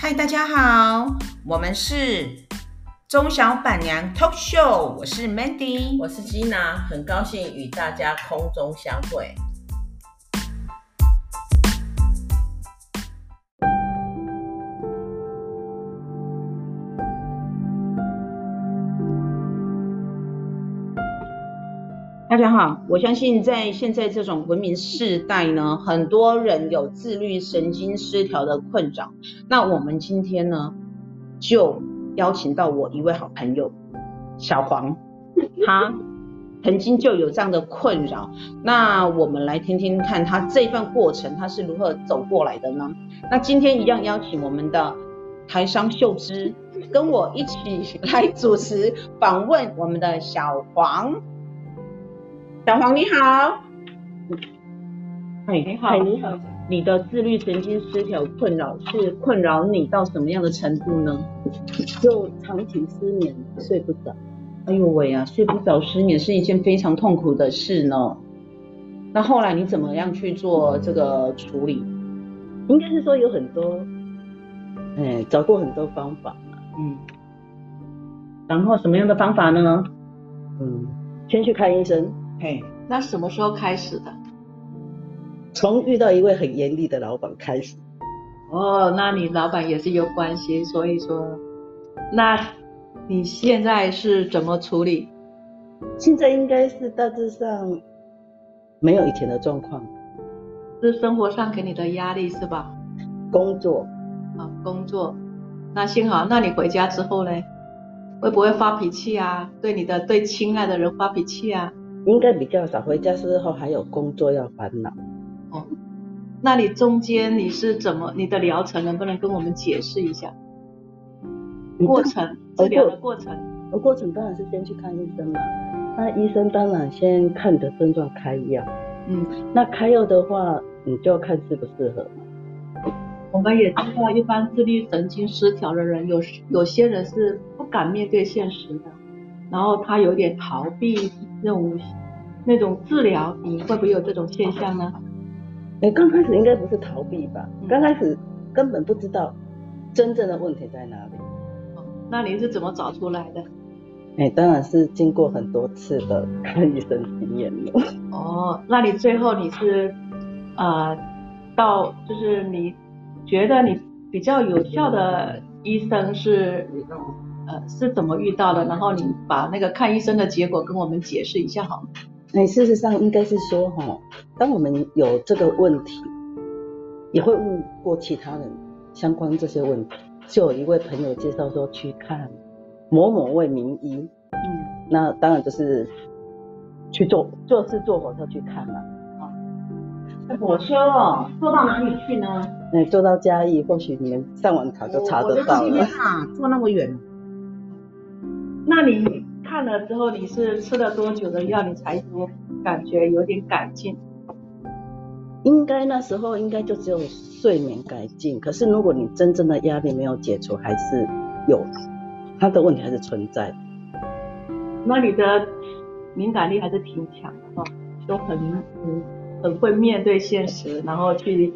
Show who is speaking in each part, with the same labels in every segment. Speaker 1: 嗨，大家好，我们是中小板娘 Talk Show，我是 Mandy。
Speaker 2: 我是吉娜，很高兴与大家空中相会。
Speaker 1: 大家好，我相信在现在这种文明世代呢，很多人有自律神经失调的困扰。那我们今天呢，就邀请到我一位好朋友小黄，他曾经就有这样的困扰。那我们来听听看他这段过程，他是如何走过来的呢？那今天一样邀请我们的台商秀芝跟我一起 来主持访问我们的小黄。小黄你好，哎，你
Speaker 3: 嗨，你好，
Speaker 1: 你的自律神经失调困扰是困扰你到什么样的程度呢？
Speaker 3: 就长期失眠，睡不着。
Speaker 1: 哎呦喂啊，睡不着、失眠是一件非常痛苦的事呢。那后来你怎么样去做这个处理？
Speaker 3: 应该是说有很多，哎，找过很多方法。
Speaker 1: 嗯，然后什么样的方法呢？
Speaker 3: 嗯，先去看医生，
Speaker 1: 嘿，
Speaker 4: 那什么时候开始的？
Speaker 3: 从遇到一位很严厉的老板开始。
Speaker 4: 哦，那你老板也是有关系，所以说，那你现在是怎么处理？
Speaker 3: 现在应该是大致上没有以前的状况，
Speaker 4: 是生活上给你的压力是吧？
Speaker 3: 工作
Speaker 4: 啊，工作，那幸好，那你回家之后呢？会不会发脾气啊？对你的对亲爱的人发脾气啊？
Speaker 3: 应该比较少，回家之后还有工作要烦恼。
Speaker 4: 那你中间你是怎么你的疗程能不能跟我们解释一下过程治疗的过程？
Speaker 3: 我过程当然是先去看医生嘛，那医生当然先看你的症状开药，
Speaker 4: 嗯，
Speaker 3: 那开药的话，你就要看适不适合。
Speaker 4: 我们也知道，一般自律神经失调的人，有时有些人是不敢面对现实的，然后他有点逃避那种那种治疗，你会不会有这种现象呢？
Speaker 3: 你刚开始应该不是逃避吧
Speaker 4: 嗯？
Speaker 3: 刚开始根本不知道真正的问题在哪里。
Speaker 4: 那您是怎么找出来的？
Speaker 3: 哎，当然是经过很多次的看医生经验了。
Speaker 4: 哦，那你最后你是呃到就是你觉得你比较有效的医生是呃是怎么遇到的？然后你把那个看医生的结果跟我们解释一下好吗？
Speaker 3: 哎，事实上应该是说哈、当我们有这个问题，也会问过其他人相关这些问题。就有一位朋友介绍说去看某某位名医，
Speaker 4: 嗯，
Speaker 3: 那当然就是去坐坐是坐火车去看嘛。
Speaker 4: 哎
Speaker 1: 火车哦，坐到哪里去呢？
Speaker 3: 哎，坐到嘉义，或许你们上网查就查得到了。
Speaker 1: 啊，坐那么远，
Speaker 4: 那你看了之后，你是吃了多久的药，你才有感觉有点改进？
Speaker 3: 应该那时候应该就只有睡眠改进，可是如果你真正的压力没有解除，还是有他的问题还是存在。
Speaker 4: 那你的敏感力还是挺强的哈、都很嗯很会面对现实，然后去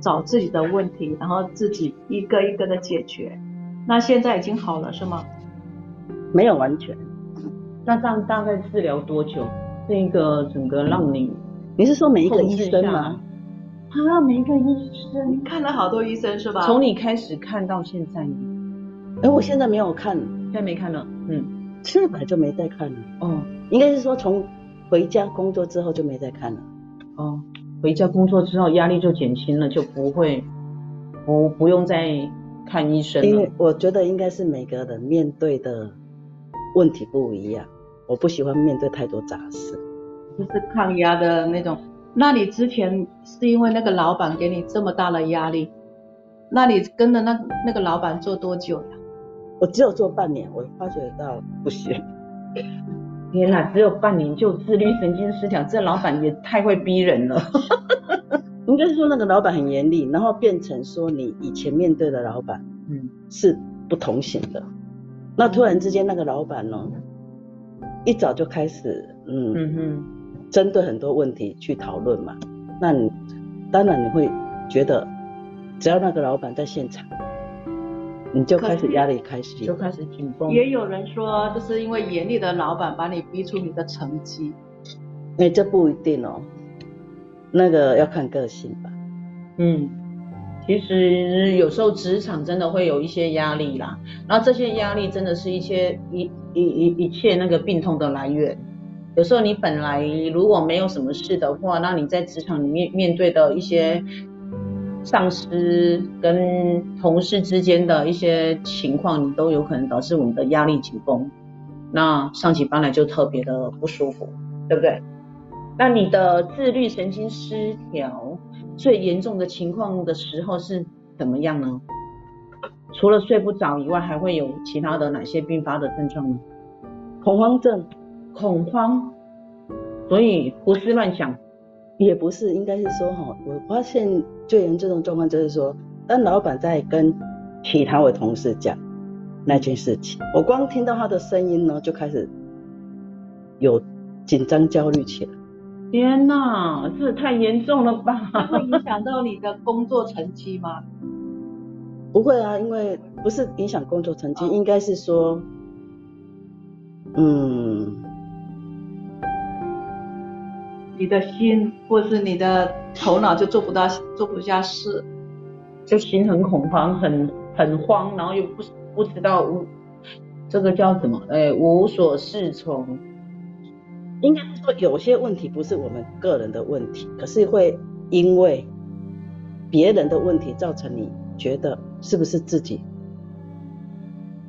Speaker 4: 找自己的问题，然后自己一个一个的解决。那现在已经好了是吗？
Speaker 3: 没有完全。
Speaker 1: 那这样大概治疗多久？这个整个让你
Speaker 3: 你是说每一个
Speaker 1: 控
Speaker 3: 医
Speaker 1: 制
Speaker 3: 生
Speaker 1: 下
Speaker 3: 吗？
Speaker 1: 啊，每一个医
Speaker 4: 你
Speaker 1: 生
Speaker 4: 看了好多医生是
Speaker 3: 嗯
Speaker 4: 吧？
Speaker 1: 从你开始看到现在呢，
Speaker 3: 哎，我现在没有看，
Speaker 1: 现在没看了，嗯，
Speaker 3: 现在本来就没在看了。
Speaker 1: 哦
Speaker 3: 应该是说从回家工作之后就没再看了。
Speaker 1: 哦，回家工作之后压力就减轻了，就不会不不用再看医生
Speaker 3: 因
Speaker 1: 了
Speaker 3: 为。我觉得应该是每个人面对的问题不一样，我不喜欢面对太多杂事。
Speaker 4: 就是抗压的那种。那你之前是因为那个老板给你这么大的压力，那你跟着那那个老板做多久呀？
Speaker 3: 我只有做半年，我发觉到不行。
Speaker 1: 天哪，只有半年就自律神经失调，这老板也太会逼人了。
Speaker 3: 应该是说那个老板很严厉，然后变成说你以前面对的老板
Speaker 1: 嗯，
Speaker 3: 是不同型的，那突然之间那个老板呢，一早就开始嗯，
Speaker 1: 嗯哼，
Speaker 3: 针对很多问题去讨论嘛，那你当然你会觉得，只要那个老板在现场，你就开始压力开 始
Speaker 1: 就开始紧绷。
Speaker 4: 也有人说，就是因为严厉的老板把你逼出你的成绩。
Speaker 3: 哎、这不一定哦，那个要看个性吧。
Speaker 1: 嗯，其实有时候职场真的会有一些压力啦，然后这些压力真的是一些一一一一切那个病痛的来源。有时候你本来如果没有什么事的话，那你在职场里面面对的一些上司跟同事之间的一些情况，你都有可能导致我们的压力紧绷，那上起班来就特别的不舒服，对不对？那你的自律神经失调最严重的情况的时候是怎么样呢？除了睡不着以外，还会有其他的哪些并发的症状呢？
Speaker 3: 恐慌症
Speaker 1: 恐慌，所以胡思乱想。
Speaker 3: 也不是，应该是说哈，我发现最严重的状况就是说，当老板在跟其他的同事讲那件事情，我光听到他的声音呢，就开始有紧张焦虑起来。
Speaker 1: 天哪，这也太严重了吧！
Speaker 4: 会影响到你的工作成绩吗？
Speaker 3: 不会啊，因为不是影响工作成绩，应该是说，嗯，
Speaker 4: 你的心或是你的头脑就做不到，做不下事。
Speaker 1: 就心很恐慌，很很慌，然后又不不知道无这个叫什么？哎，无所适从。
Speaker 3: 应该是说有些问题不是我们个人的问题，可是会因为别人的问题造成你觉得是不是自己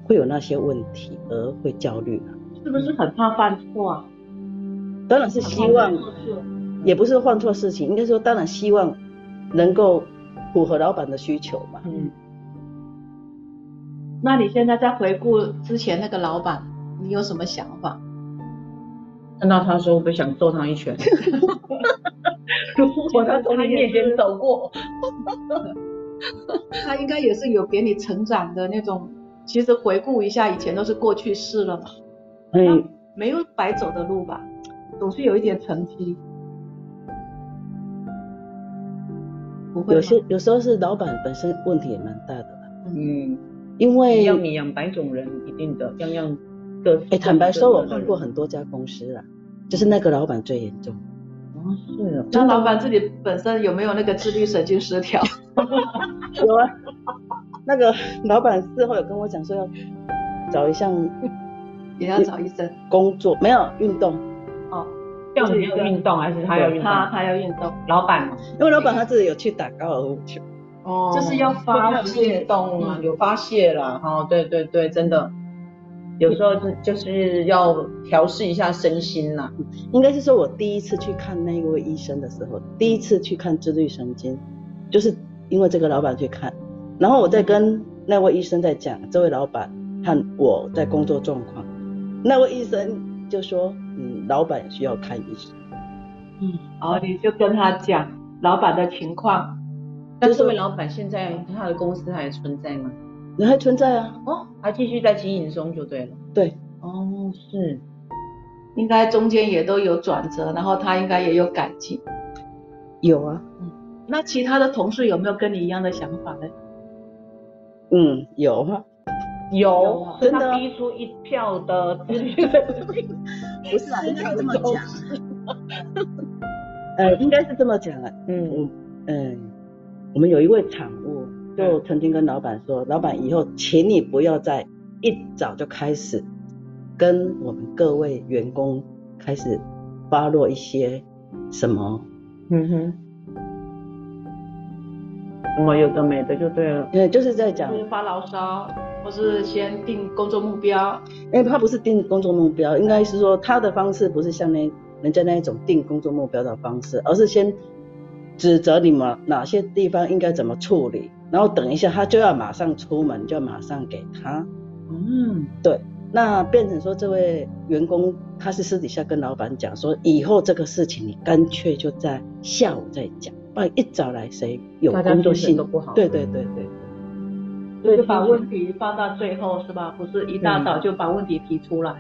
Speaker 3: 会有那些问题而会焦虑、啊。
Speaker 4: 是不是很怕犯错啊？
Speaker 3: 哦当然是希望也不是换错事情，应该说当然希望能够符合老板的需求嘛。
Speaker 1: 嗯，
Speaker 4: 那你现在再回顾之前那个老板，你有什么想法？
Speaker 1: 看到他的时候，我不想揍他一拳。 我他从你面前走过，
Speaker 4: 他应该也是有给你成长的那种。其实回顾一下，以前都是过去式了嘛，
Speaker 3: 嗯，
Speaker 4: 没有白走的路吧，总是有一点成绩。不会吗
Speaker 3: 有些有时候是老板本身问题也蛮大的啦，
Speaker 1: 嗯，
Speaker 3: 因为
Speaker 1: 要米养百种人，一定的，样样各。
Speaker 3: 哎、坦白说，我换过很多家公司啦，就是那个老板最严重。
Speaker 1: 哦，是哦
Speaker 4: 那老板自己本身有没有那个自律神经失调？
Speaker 3: 有啊，那个老板事后有跟我讲说要找一项
Speaker 4: 也要找医生
Speaker 3: 工作，没有运动，
Speaker 4: 哦。
Speaker 1: 叫你要运动还是他要运动？
Speaker 4: 他他要运动
Speaker 1: 老板嘛
Speaker 3: 因为老板他自己有去打高尔夫球，
Speaker 1: 哦
Speaker 4: 就是要发泄
Speaker 1: 运动啊，
Speaker 4: 嗯
Speaker 1: 有发泄啦，哈、对对对，真的，有时候就就是要调试一下身心啦。
Speaker 3: 应该是说我第一次去看那一位医生的时候，第一次去看自律神经，就是因为这个老板去看，然后我在跟那位医生在讲这位老板和我在工作状况，那位医生就说，嗯，老板需要看医生，
Speaker 4: 然后你就跟他讲老板的情况，
Speaker 1: 但这位老板现在他的公司还存在吗？
Speaker 3: 人还存在啊，
Speaker 1: 哦，还继续在经营中就对了。
Speaker 3: 对，
Speaker 1: 哦，是，
Speaker 4: 应该中间也都有转折，然后他应该也有改进。
Speaker 3: 有啊，
Speaker 4: 那其他的同事有没有跟你一样的想法呢？
Speaker 3: 嗯，有啊，
Speaker 1: 有
Speaker 4: 啊，
Speaker 3: 真的啊
Speaker 1: 他逼出一票的自律神经。
Speaker 3: 不是啊，应该这么讲啊， 呃，应该是这么讲啊，
Speaker 1: 嗯，
Speaker 3: 嗯，我们有一位厂务就曾经跟老板说，老板以后请你不要再一早就开始跟我们各位员工开始发落一些什么，
Speaker 1: 嗯哼。我有的没的就对了，
Speaker 3: 呃，就是在讲
Speaker 4: 就，是发牢骚，或是先定工作目标，
Speaker 3: 因为他不是定工作目标，应该是说他的方式不是像那人家那一种定工作目标的方式，而是先指责你们哪些地方应该怎么处理，然后等一下他就要马上出门，就要马上给他。
Speaker 1: 嗯，
Speaker 3: 那变成说，这位员工他是私底下跟老板讲说，以后这个事情你干脆就在下午再讲，不然一早来谁有
Speaker 1: 大家
Speaker 3: 工作
Speaker 1: 精神
Speaker 3: 性
Speaker 1: 都？不好。
Speaker 3: 对对对对，
Speaker 1: 对，
Speaker 4: 就把问题放到最后是吧？不是一大早就把问题提出来。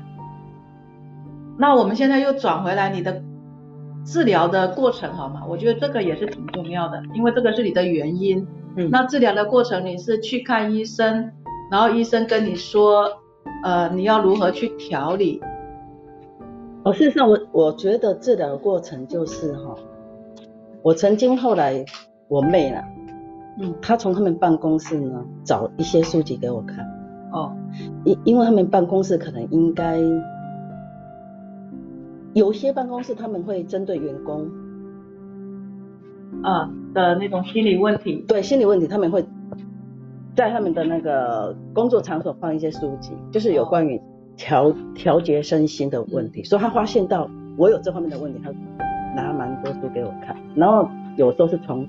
Speaker 4: 那我们现在又转回来你的治疗的过程好吗？我觉得这个也是挺重要的，因为这个是你的原因。
Speaker 1: 嗯
Speaker 4: 那治疗的过程你是去看医生，然后医生跟你说，呃，你要如何去调理，
Speaker 3: 哦，事实上我，我觉得治疗的过程就是哈、我曾经后来我妹啦，
Speaker 4: 嗯，
Speaker 3: 她从他们办公室呢找一些书籍给我看，
Speaker 4: 哦，
Speaker 3: 因因为他们办公室可能应该有些办公室他们会针对员工
Speaker 4: 啊、的那种心理问题，
Speaker 3: 对心理问题，他们会在他们的那个工作场所放一些书籍，就是有关于调调节身心的问题。所以他发现到我有这方面的问题，他拿蛮多书给我看，然后有时候是从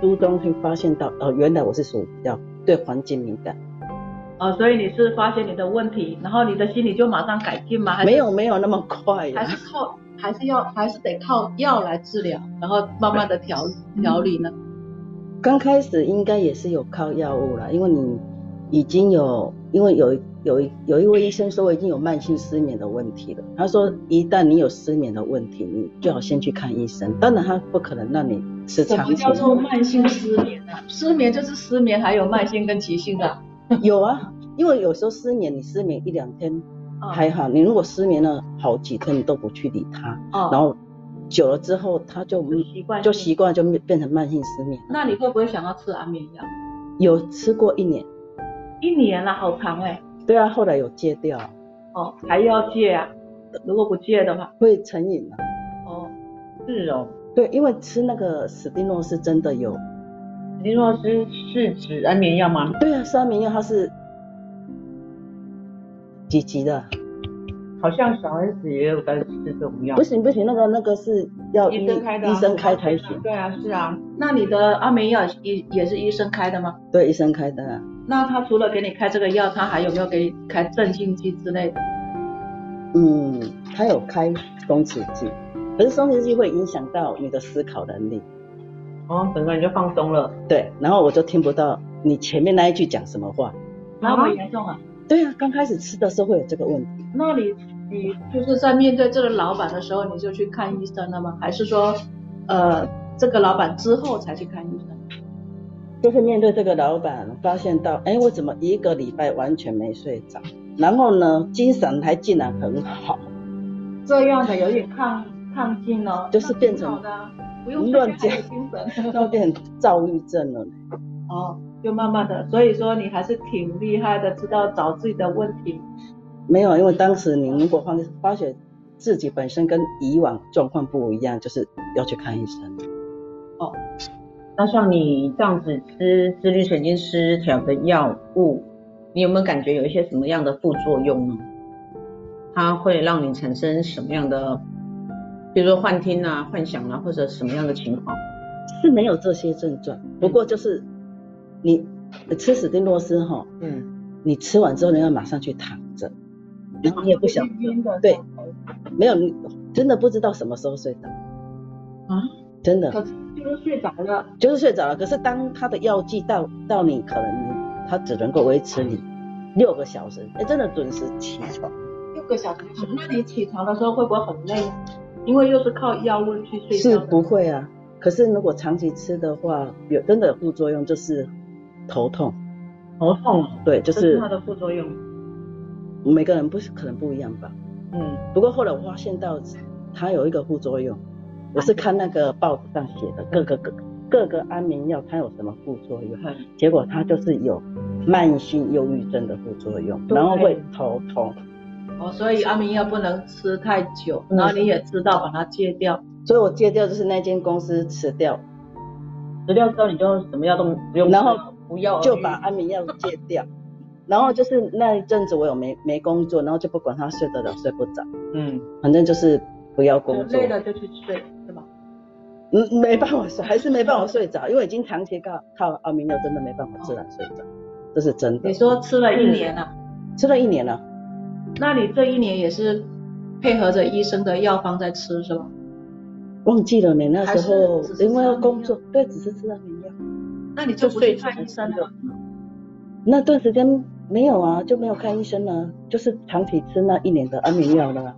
Speaker 3: 书中去发现到，哦、原来我是属于比较对环境敏感。
Speaker 4: 哦，所以你是发现你的问题，然后你的心理就马上改进吗？还是
Speaker 3: 没有，没有那么快啊呀、
Speaker 4: 还是靠还是要还是得靠药来治疗，然后慢慢的调调理呢？
Speaker 3: 刚开始应该也是有靠药物啦，因为你已经有，因为有一有一有一位医生说我已经有慢性失眠的问题了。他说一旦你有失眠的问题，你最好先去看医生。当然他不可能让你吃
Speaker 4: 什
Speaker 3: 长
Speaker 4: 么
Speaker 3: 期
Speaker 4: 叫。做慢性失眠啊？失眠就是失眠，还有慢性跟急性的啊、
Speaker 3: 有啊，因为有时候失眠，你失眠一两天
Speaker 4: 哦
Speaker 3: 还好，你如果失眠了好几天，你都不去理他，
Speaker 4: 哦，
Speaker 3: 然后久了之后他就
Speaker 4: 就习惯性
Speaker 3: 就习惯就变成慢性失眠。
Speaker 4: 那你会不会想要吃安眠药？
Speaker 3: 有吃过一年，
Speaker 4: 一年了，好长哎、
Speaker 3: 对啊，后来有戒掉，
Speaker 4: 哦，还要戒啊？如果不戒的话，
Speaker 3: 会成瘾啊。
Speaker 4: 哦，
Speaker 2: 是哦，
Speaker 3: 对，因为吃那个史蒂诺是真的有，
Speaker 2: 林老师是指安眠药吗？
Speaker 3: 对啊，三明药它是几级的？
Speaker 2: 好像小 S 也有在吃这种药
Speaker 3: 不，行不行，那个那个是要医
Speaker 2: 医生开的啊
Speaker 3: 医生开才行，
Speaker 2: 对啊，是啊，
Speaker 4: 那你的安眠药医也是医生开的吗？
Speaker 3: 对，医生开的、啊。
Speaker 4: 那他除了给你开这个药，他还有没有给你开镇静剂之类的？
Speaker 3: 嗯，它有开松弛剂，可是松弛剂会影响到你的思考能力。
Speaker 2: 哦，整个人就放松了。
Speaker 3: 对，然后我就听不到你前面那一句讲什么话。
Speaker 4: 那么严重啊？
Speaker 3: 对啊，刚开始吃的时候会有这个问题。
Speaker 4: 那你你就是在面对这个老板的时候，你就去看医生了吗？还是说，呃，这个老板之后才去看医生？
Speaker 3: 就是面对这个老板，发现到，哎，我怎么一个礼拜完全没睡着，然后呢，精神还竟然很好，
Speaker 4: 这样的有点抗抗进哦，
Speaker 3: 就是变成
Speaker 4: 那挺好的啊、不用
Speaker 3: 乱
Speaker 4: 睡
Speaker 3: 讲
Speaker 4: 觉还有精神。
Speaker 3: 那变成躁郁症了。
Speaker 4: 哦，就慢慢的，所以说你还是挺厉害的，知道找自己的问题。
Speaker 3: 没有，啊因为当时你如果发发觉自己本身跟以往状况不一样，就是要去看医生。
Speaker 2: 那像你这样子吃自律神经失调的药物，你有没有感觉有一些什么样的副作用呢？它会让你产生什么样的，比如说幻听啊、幻想啊，或者什么样的情况？
Speaker 3: 是没有这些症状，不过就是你吃史丁诺斯哈，
Speaker 2: 嗯，
Speaker 3: 你吃完之后你要马上去躺着，然后你也不想，
Speaker 4: 晕的
Speaker 3: 对，没有，你真的不知道什么时候睡着
Speaker 2: 啊，
Speaker 3: 真的。
Speaker 4: 可是就是睡着了。
Speaker 3: 就是睡着了。可是当他的药剂到到你，可能他只能够维持你六个小时，哎，真的准时起床。
Speaker 4: 六个小时起床，那你起床的时候会不会很累啊？因为又是靠药物去睡觉
Speaker 3: 是
Speaker 4: 的。
Speaker 3: 不会啊，可是如果长期吃的话，有真的有副作用就是头痛，
Speaker 2: 头痛哦，
Speaker 3: 对，就
Speaker 2: 这是
Speaker 3: 是
Speaker 2: 它的副作用。
Speaker 3: 每个人不是可能不一样吧。
Speaker 2: 嗯，
Speaker 3: 不过后来我发现到它有一个副作用，我是看那个报纸上写的各个各各个安眠药它有什么副作用，
Speaker 2: 很
Speaker 3: 结果它就是有慢性忧郁症的副作用，
Speaker 2: 对
Speaker 3: 然后会头痛。
Speaker 4: 哦，所以安眠药不能吃太久，
Speaker 3: 嗯
Speaker 4: 然后你也知道把它戒掉。
Speaker 3: 所以我戒掉就是那间公司辞掉，
Speaker 2: 吃掉之后你就什么药都不用吃了，
Speaker 3: 然后
Speaker 2: 不要
Speaker 3: 就把安眠药戒掉。然后就是那一阵子我有没没工作，然后就不管他睡得了睡不着，
Speaker 2: 嗯，
Speaker 3: 反正就是不要工作
Speaker 4: 累，了就去睡，是吧？
Speaker 3: 嗯，没办法睡，还是没办法睡着，因为已经长期靠靠安眠药，真的没办法自然睡着，这是真的
Speaker 4: 你。说吃了一年了、
Speaker 3: 吃了一年了，
Speaker 2: 嗯
Speaker 4: 那你这一年也是配合着医生的药方在吃，是吧？
Speaker 3: 忘记了呢，那时候
Speaker 4: 还是只是
Speaker 3: 因为要
Speaker 4: 吃安眠药
Speaker 3: 工作，对，只是吃安眠药。
Speaker 4: 那你
Speaker 2: 就
Speaker 4: 就不
Speaker 2: 睡
Speaker 4: 去
Speaker 2: 着
Speaker 4: 看医生啊了。
Speaker 3: 那段时间没有啊，就没有看医生呢，就是长期吃那一年的安眠药了啊。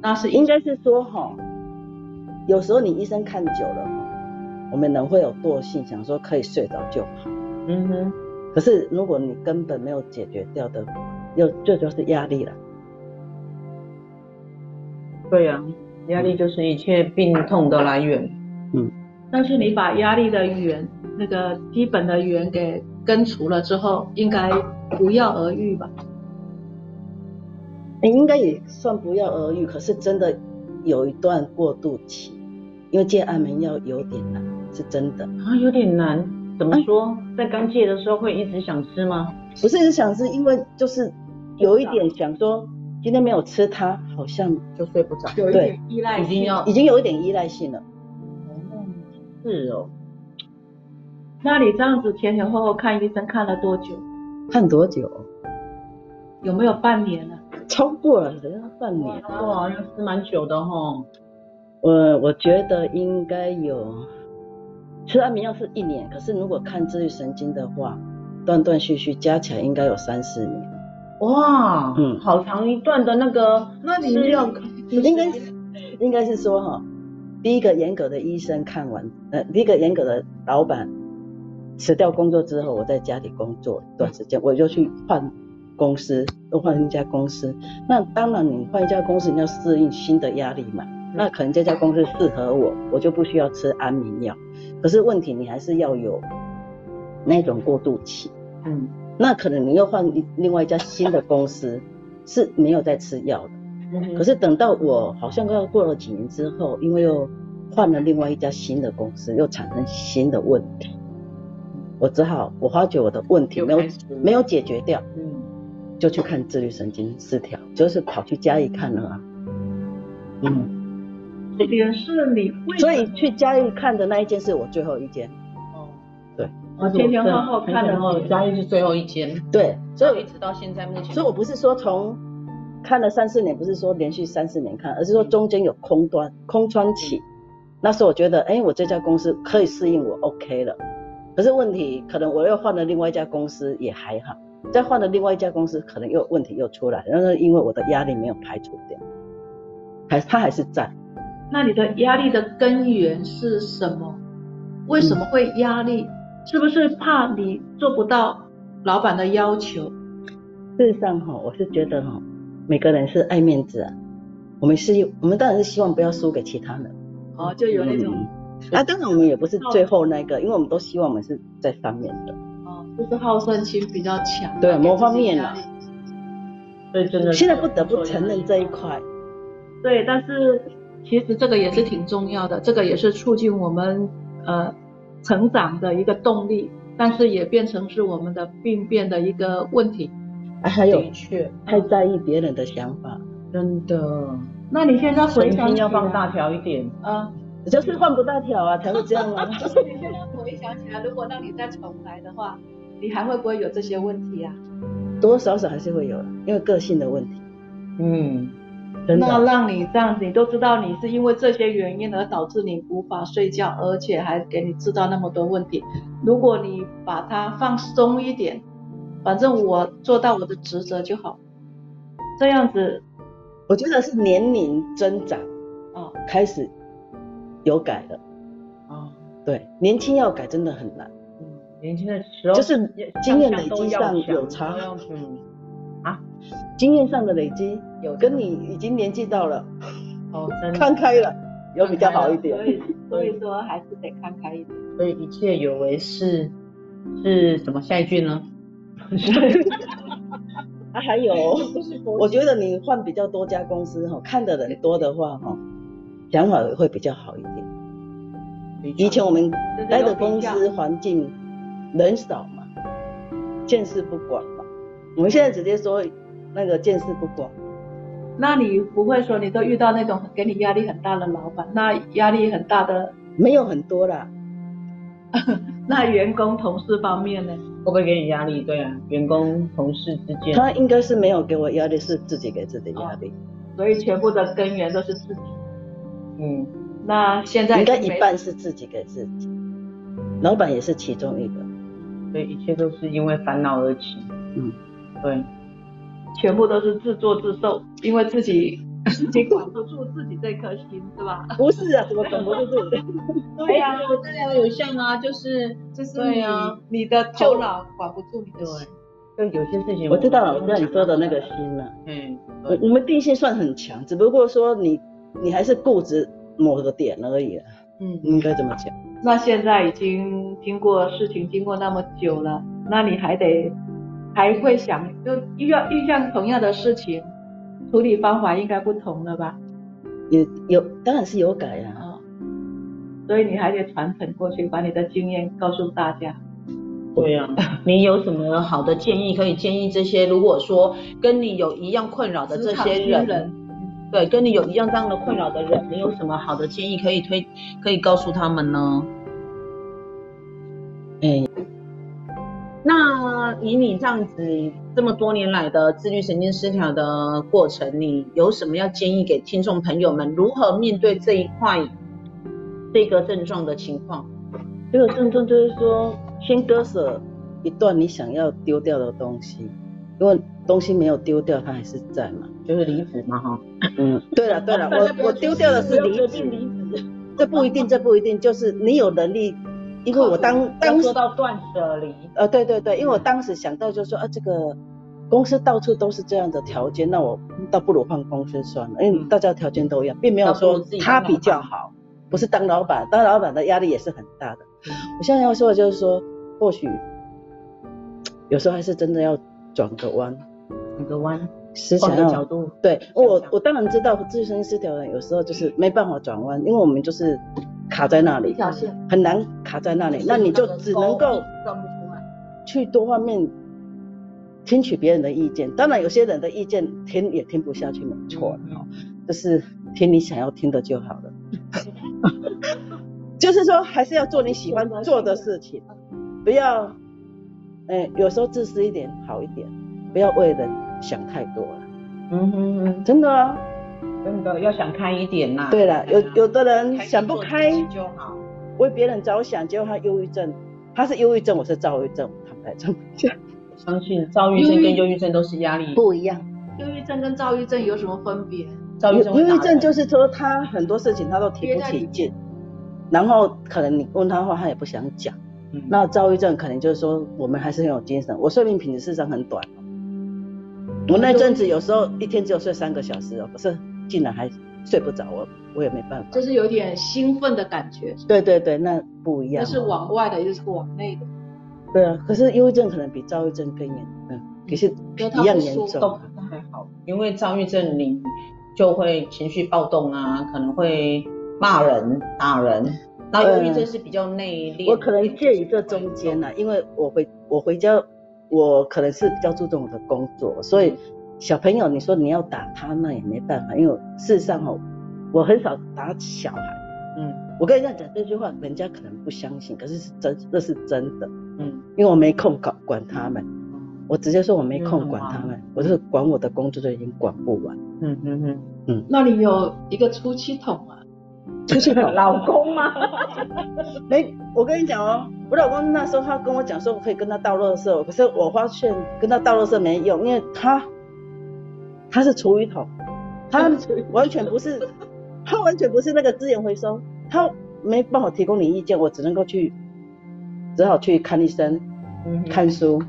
Speaker 4: 那是
Speaker 3: 应
Speaker 4: 应该
Speaker 3: 该是说哈，有时候你医生看久了，我们人会有惰性，想说可以睡着就好。
Speaker 2: 嗯哼，
Speaker 3: 可是如果你根本没有解决掉的，又这就是压力了。
Speaker 2: 对呀、压力就是一切病痛的来源。
Speaker 4: 但是你把压力的源，那个基本的源给根除了之后，应该不药而愈吧？
Speaker 3: 哎，应该也算不药而愈，可是真的有一段过渡期，因为戒安眠药有点难，是真的。
Speaker 2: 啊，有点难，怎么说？在刚戒的时候会一直想吃吗？
Speaker 3: 不是很想吃，因为就是有一点想说，今天没有吃它，好像
Speaker 2: 就睡不着。
Speaker 4: 有一
Speaker 3: 对
Speaker 4: 点依赖
Speaker 2: 已经
Speaker 4: 性
Speaker 2: 要
Speaker 3: 已经有一点依赖性了。
Speaker 2: 是哦，
Speaker 4: 那你这样子前前后后看医生看了多久？
Speaker 3: 看多久？
Speaker 4: 有没有半年了？
Speaker 3: 超过了人家半年。
Speaker 2: 哇，要吃蛮久的吼。
Speaker 3: 我我觉得应该有，吃安眠药是一年，可是如果看自律神经的话，断断续续加起来应该有三四年。
Speaker 2: 哇，
Speaker 3: 嗯
Speaker 2: 好长一段的那个，
Speaker 1: 那你
Speaker 2: 是
Speaker 1: 要
Speaker 3: 应该应该是说哈，第一个严格的医生看完，呃，第一个严格的老板辞掉工作之后，我在家里工作一段时间，我就去换公司，又换一家公司。那当然，你换一家公司，你要适应新的压力嘛。那可能这家公司适合我，我就不需要吃安眠药。可是问题，你还是要有那种过渡期。
Speaker 2: 嗯，
Speaker 3: 那可能你又换一另外一家新的公司，是没有在吃药的。可
Speaker 2: 可是
Speaker 3: 是等到我好像要过了几年之后，因为又换了另外一家新的公司，又产生新的问题，我只好我发觉我的问题没有没有解决掉，
Speaker 2: 嗯，
Speaker 3: 就去看自律神经失调，就是跑去家里看了啊。嗯，
Speaker 4: 也是你为
Speaker 3: 所以去家里看的那一间是我最后一间，
Speaker 2: 哦
Speaker 4: 我前前后后看了
Speaker 2: 然后
Speaker 4: 多久？
Speaker 2: 哦嘉义是最后一间，
Speaker 3: 对，所以
Speaker 2: 一直到现在目前
Speaker 3: 所以我不是说从看了三四年，不是说连续三四年看，而是说中间有空端空窗期。那时候我觉得，哎、我这家公司可以适应我 OK 了。可是问题可能我又换了另外一家公司也还好，再换了另外一家公司可能又问题又出来，然后因为我的压力没有排除掉，还它还是在。
Speaker 4: 那你的压力的根源是什么？为什么会压力？是不是怕你做不到老板的要求？
Speaker 3: 事实上哈，我是觉得哈，每个人是爱面子啊，我们是我们当然是希望不要输给其他人。
Speaker 4: 哦，就有那种
Speaker 3: 嗯啊，当然我们也不是最后那个，因为我们都希望我们是在上面的。
Speaker 4: 哦，就是好胜心比较强。
Speaker 3: 嗯对
Speaker 4: 给自己
Speaker 3: 某方面
Speaker 4: 压
Speaker 3: 啊
Speaker 4: 力
Speaker 2: 所以真的是
Speaker 3: 现在不得不承认这一块，
Speaker 4: 对，但是其实这个也是挺重要的，这个也是促进我们呃成长的一个动力，但是也变成是我们的病变的一个问题。
Speaker 3: 啊、还有
Speaker 2: 的确
Speaker 3: 太在意别人的想法，
Speaker 2: 真的，
Speaker 4: 那你现在回
Speaker 2: 神
Speaker 4: 想
Speaker 2: 经
Speaker 4: 起来
Speaker 2: 要放大条一点，
Speaker 4: 啊，
Speaker 3: 就是换不大条啊，才会这样啊。
Speaker 4: 就是你现在回想起来，如果让你再重来的话，你还会不会有这些问题啊？
Speaker 3: 多多少少还是会有的，因为个性的问题。
Speaker 2: 嗯，真
Speaker 4: 那
Speaker 2: 的，
Speaker 4: 让你这样子，你都知道你是因为这些原因而导致你无法睡觉，而且还给你制造那么多问题。如果你把它放松一点，反正我做到我的职责就好，这样子
Speaker 3: 我觉得是年龄增长
Speaker 4: 哦，
Speaker 3: 开始有改了，
Speaker 2: 哦，
Speaker 3: 对，年轻要改真的很难。
Speaker 2: 嗯年轻的时候
Speaker 3: 就是经验累积上
Speaker 2: 上
Speaker 3: 有差
Speaker 2: 嗯，
Speaker 3: 经验上的累积，
Speaker 2: 有
Speaker 3: 跟你已经年纪到了，
Speaker 2: 哦，真的，
Speaker 3: 看开了，有比较好一点
Speaker 4: 所。以所以说还是得看开一点。
Speaker 2: 所以一切有为是是什么下一句呢？
Speaker 3: 啊，还 有，我觉得你换比较多家公司哈，看的人多的话哈，想法会比较好一点。以前我们待的公司环境人少嘛，见识不广嘛。我们现在直接说那个见识不广，
Speaker 4: 那你不会说你都遇到那种给你压力很大的老板，那压力很大的
Speaker 3: 没有很多啦。
Speaker 4: 那员工同事方面呢？
Speaker 2: 会不会给你压力？对啊，员工同事之间，
Speaker 3: 他应该是没有给我压力，是自己给自己压力，
Speaker 4: 所以全部的根源都是自己。
Speaker 2: 嗯，
Speaker 4: 那现在
Speaker 3: 应该
Speaker 4: 已经
Speaker 3: 一
Speaker 4: 没
Speaker 3: 半是自己给自己，老板也是其中一 个。
Speaker 2: 所以一切都是因为烦恼而起，
Speaker 3: 嗯，
Speaker 2: 对，
Speaker 4: 全部都是自作自受，因为自己自己管得住自己这颗心，对吧？
Speaker 3: 不是啊，怎么管不住自己？
Speaker 4: 对呀、
Speaker 1: 我治疗有效吗？就是就是
Speaker 4: 对啊呀、
Speaker 2: 啊
Speaker 4: 你的头脑管不住你的心，
Speaker 2: 就有些事情
Speaker 3: 我知道，我知道你说的那个心啊了、
Speaker 2: 嗯，
Speaker 3: 我我们定性算很强，只不过说你你还是固执某个点而已啦。
Speaker 4: 嗯。
Speaker 3: 应该这么讲？
Speaker 4: 那现在已经经过事情经过那么久了，那你还得还会想，就遇到遇上同样的事情，处理方法应该不同了吧？
Speaker 3: 也有，当然是有改啊。
Speaker 4: 啊、所以你还得传承过去，把你的经验告诉大家。
Speaker 2: 对啊呀、
Speaker 1: 你有什么好的建议可以建议这些？如果说跟你有一样困扰的这
Speaker 4: 职场
Speaker 1: 些
Speaker 4: 新
Speaker 1: 人，
Speaker 4: 人
Speaker 1: 对，跟你有一样这样的困扰的人，你有什么好的建议可以推可以告诉他们呢？
Speaker 3: 哎、
Speaker 1: 那以你这样子这么多年来的自律神经失调的过程，你有什么要建议给听众朋友们如何面对这一块这个症状的情况？
Speaker 3: 这个症状就是说，先割舍一段你想要丢掉的东西，如果东西没有丢掉，它还是在嘛。
Speaker 2: 就是离职嘛哈。
Speaker 3: 嗯，对了 对了，我我丢掉的是离职，这不一定，这不一定，就是你有能力，因为我当当
Speaker 2: 哦要
Speaker 3: 时
Speaker 2: 做到断舍离，
Speaker 3: 呃，对对对，因为
Speaker 1: 嗯
Speaker 3: 我当时想到就是说，啊，这个公司到处都是这样的条件，那我倒不如换公司算了，因为大家条件都一样，并没有
Speaker 1: 嗯倒不
Speaker 3: 说
Speaker 1: 如自己当
Speaker 3: 他
Speaker 1: 老板
Speaker 3: 比较好，不是当老板，当老板的压力也是很大的。
Speaker 1: 嗯
Speaker 3: 我现在要说的就是说，或许有时候还是真的要转个弯，
Speaker 2: 转个弯，
Speaker 3: 思
Speaker 2: 换
Speaker 3: 想
Speaker 2: 个角
Speaker 3: 要
Speaker 2: 度，
Speaker 3: 对
Speaker 2: 想
Speaker 3: 我
Speaker 2: 想
Speaker 3: 我当然知道自身失调的人有时候就是没办法转弯，因为我们就是卡在那
Speaker 4: 一
Speaker 3: 里，
Speaker 4: 条线，
Speaker 3: 很难卡在那里，那你就只能够。
Speaker 1: 转不出来。
Speaker 3: 去多方面听取别人的意见。当然，有些人的意见听也听不下去，没错，哦，
Speaker 4: 嗯
Speaker 3: 就是听你想要听的就好了。 就是说，还是要做你喜欢做的事情，不要，哎、有时候自私一点好一点，不要为人想太多了。
Speaker 2: 嗯哼哼，
Speaker 3: 真的啊，
Speaker 2: 真的要想开一点呐。
Speaker 3: 对了，有有的人想不开，
Speaker 2: 就好。
Speaker 3: 为别人着想，结果他忧郁症，他是忧郁症，我是躁郁症，坦白讲，
Speaker 2: 相信躁郁症跟忧郁症都是压力，
Speaker 3: 不一样。
Speaker 4: 忧郁症跟躁郁症有什么分别？
Speaker 2: 躁郁症
Speaker 3: 忧
Speaker 2: 会打
Speaker 3: 忧
Speaker 2: 人
Speaker 3: 郁症就是说他很多事情他都提不起劲，然后可能你问他话他也不想讲。
Speaker 2: 嗯
Speaker 3: 那躁郁症可能就是说我们还是很有精神，我睡眠品质事实上很短哦。我那阵子有时候一天只有睡三个小时哦，可是竟然还睡不着，我我也没办法
Speaker 4: 就。是有点兴奋的感觉，
Speaker 3: 对对对，那不一
Speaker 4: 一
Speaker 3: 样啊
Speaker 4: 个。是往外的，一个是往内的，
Speaker 3: 对啊，可是忧郁症可能比躁郁症更严，嗯，也是
Speaker 4: 就
Speaker 3: 一
Speaker 4: 他
Speaker 3: 样
Speaker 4: 不
Speaker 3: 严
Speaker 4: 舒
Speaker 2: 都
Speaker 3: 重
Speaker 2: 不。太好，因为躁郁症你就会情绪暴动啊，可能会骂人、打人。
Speaker 1: 那忧郁
Speaker 3: 嗯
Speaker 1: 症是比较内敛，
Speaker 3: 我可能介于这中间呢、因为我回我回家，我可能是比较注重我的工作，所
Speaker 2: 嗯
Speaker 3: 以小朋友你说你要打他，那也没办法，因为事实上哦，我很少打小孩。
Speaker 2: 嗯
Speaker 3: 我跟人家讲这句话，人家可能不相信，可是是真，这是真的，
Speaker 2: 嗯，
Speaker 3: 因为我没空管管他们，我直接说我没空管他们，我就是管我的工作就已经管不完。
Speaker 2: 嗯嗯嗯，
Speaker 4: 那里有一个出气筒啊，
Speaker 3: 出去搞
Speaker 2: 老公吗？
Speaker 3: 没，我跟你讲哦，我老公那时候他跟我讲说，我可以跟他倒垃圾，可是我发现跟他倒垃圾没用，因为他他是厨余桶，他完全不是，他完全不是那个资源回收，他没办法提供你意见，我只能够去，只好去看医生、
Speaker 2: 嗯
Speaker 3: 看书，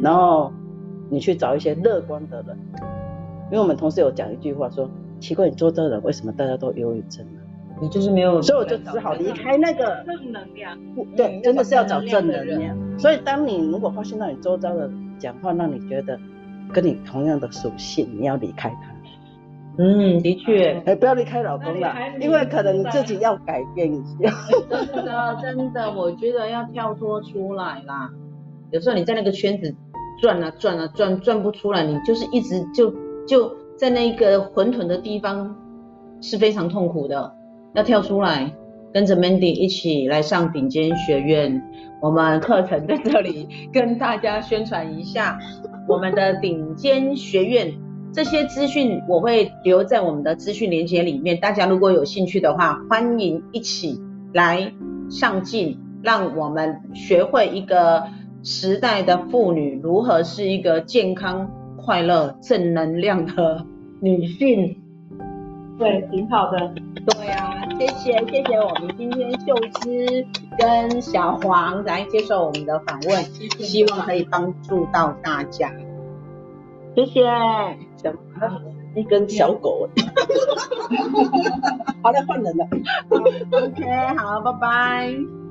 Speaker 3: 然后你去找一些乐观的人，因为我们同事有讲一句话说，奇怪，你做这人为什么大家都忧郁症啊？
Speaker 2: 你就是没有，
Speaker 3: 所以我就只好离开那个。
Speaker 4: 正能量，
Speaker 3: 不
Speaker 2: 嗯
Speaker 3: 对，
Speaker 2: 要
Speaker 3: 真的
Speaker 2: 找
Speaker 3: 是要
Speaker 2: 正
Speaker 3: 找
Speaker 2: 能
Speaker 3: 正
Speaker 2: 量的
Speaker 3: 能量。所以，当你如果发现到你周遭的讲话让你觉得跟你同样的属性，你要离开他，
Speaker 2: 嗯，的确，
Speaker 3: 哎，不要离开老
Speaker 4: 那
Speaker 3: 公
Speaker 4: 离
Speaker 3: 了
Speaker 4: 开，你
Speaker 3: 因为可能你自己要改变一下。
Speaker 1: 真的真的，我觉得要跳脱出来啦。有时候你在那个圈子转啊转啊转，转不出来，你就是一直就就在那个混沌的地方是非常痛苦的。要跳出来，跟着 Mandy 一起来上顶尖学院。我们课程在这里跟大家宣传一下，我们的顶尖学院这些资讯我会留在我们的资讯连接里面，大家如果有兴趣的话，欢迎一起来上进，让我们学会一个时代的妇女如何是一个健康、快乐、正能量的女性。
Speaker 4: 对，挺好的。
Speaker 1: 对啊，谢谢谢谢我们今天秀芝跟小黄来接受我们的访问，希望可以帮助到大家。谢谢。
Speaker 3: 小一根小狗，好了，换人了。
Speaker 1: OK，好，拜拜。